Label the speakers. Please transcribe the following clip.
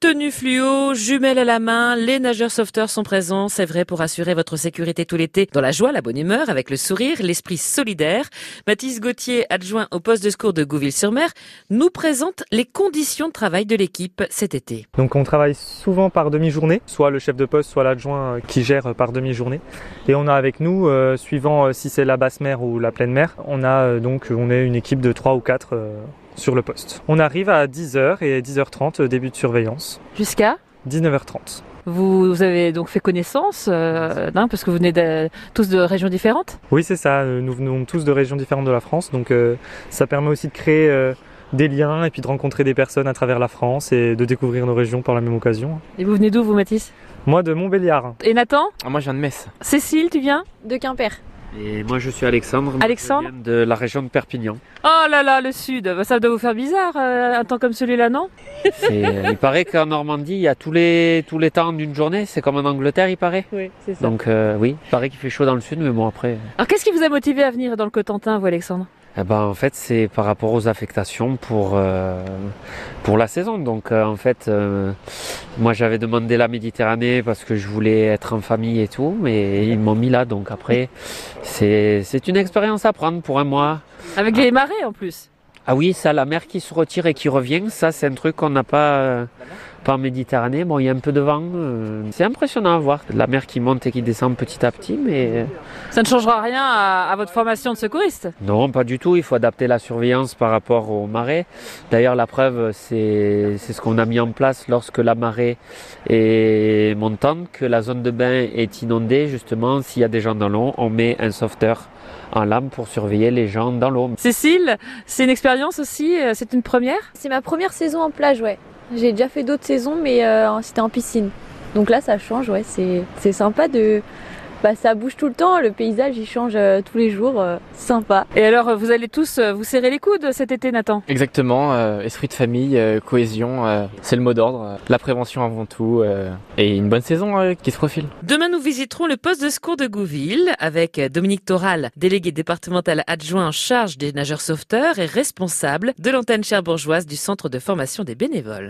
Speaker 1: Tenue fluo, jumelles à la main, les nageurs sauveteurs sont présents, c'est vrai, pour assurer votre sécurité tout l'été, dans la joie, la bonne humeur, avec le sourire, l'esprit solidaire. Mathis Gauthier, adjoint au poste de secours de Gouville-sur-Mer, nous présente les conditions de travail de l'équipe cet été.
Speaker 2: Donc on travaille souvent par demi-journée, soit le chef de poste, soit l'adjoint euh, qui gère par demi-journée. Et on a avec nous, euh, suivant euh, si c'est la basse mer ou la pleine mer, on a euh, donc on est une équipe de 3 ou 4 sur le poste. On arrive à 10h et 10h30 euh, début de surveillance,
Speaker 3: Jusqu'à
Speaker 2: 19h30.
Speaker 3: vous, vous avez donc fait connaissance, euh, hein, parce que vous venez de- tous de régions différentes.
Speaker 2: Oui c'est ça, euh, nous venons tous de régions différentes de la France, donc euh, ça permet aussi de créer euh, des liens et puis de rencontrer des personnes à travers la France et de découvrir nos régions par la même occasion.
Speaker 3: Et vous venez d'où, vous, Mathis
Speaker 2: Moi de Montbéliard.
Speaker 3: Et Nathan
Speaker 4: Ah, moi je viens de Metz.
Speaker 3: Cécile, tu viens
Speaker 5: de Quimper.
Speaker 4: Et moi je suis Alexandre. Moi,
Speaker 3: Alexandre
Speaker 4: je viens de la région de Perpignan.
Speaker 3: Oh là là, le Sud Bah, Ça doit vous faire bizarre, euh, un temps comme celui-là, non
Speaker 4: C'est- euh, il paraît qu'en Normandie, il y a tous les, tous les temps d'une journée. C'est comme en Angleterre, il paraît.
Speaker 3: Oui, c'est ça.
Speaker 4: Donc euh, oui, il paraît qu'il fait chaud dans le sud, mais bon après. euh,
Speaker 3: Alors, qu'est-ce qui vous a motivé à venir dans le Cotentin, vous, Alexandre
Speaker 4: Eh ben, en fait, c'est par rapport aux affectations pour, euh, pour la saison. Donc, euh, en fait, euh, moi, j'avais demandé la Méditerranée parce que je voulais être en famille et tout, mais ils m'ont mis là. Donc, après, c'est c'est une expérience à prendre pour un mois.
Speaker 3: Avec les marées, en plus.
Speaker 4: Ah oui, ça, la mer qui se retire et qui revient, ça, c'est un truc qu'on n'a pas, euh, pas en Méditerranée. Bon, il y a un peu de vent. euh, c'est impressionnant à voir. La mer qui monte et qui descend petit à petit, mais. euh,
Speaker 3: Ça ne changera rien à, à votre formation de secouriste.
Speaker 4: Non, pas du tout. Il faut adapter la surveillance par rapport aux marées. D'ailleurs, la preuve, c'est c'est ce qu'on a mis en place lorsque la marée est montante, que la zone de bain est inondée. Justement, s'il y a des gens dans l'eau, on met un sauveteur en lame pour surveiller les gens dans l'eau.
Speaker 3: Cécile, c'est une expérience aussi, euh, c'est une première
Speaker 5: C'est ma première saison en plage, ouais. J'ai déjà fait d'autres saisons, mais euh, c'était en piscine. Donc là, ça change, ouais. C'est c'est sympa de. Bah, ça bouge tout le temps, le paysage il change euh, tous les jours, euh, sympa.
Speaker 3: Et alors, euh, vous allez tous euh, vous serrer les coudes cet été, Nathan
Speaker 6: Exactement, euh, esprit de famille, euh, cohésion, euh, c'est le mot d'ordre. euh, la prévention avant tout, euh, et une bonne saison euh, qui se profile.
Speaker 1: Demain, nous visiterons le poste de secours de Gouville avec Dominique Toral, délégué départemental adjoint en charge des nageurs sauveteurs et responsable de l'antenne cherbourgeoise du centre de formation des bénévoles.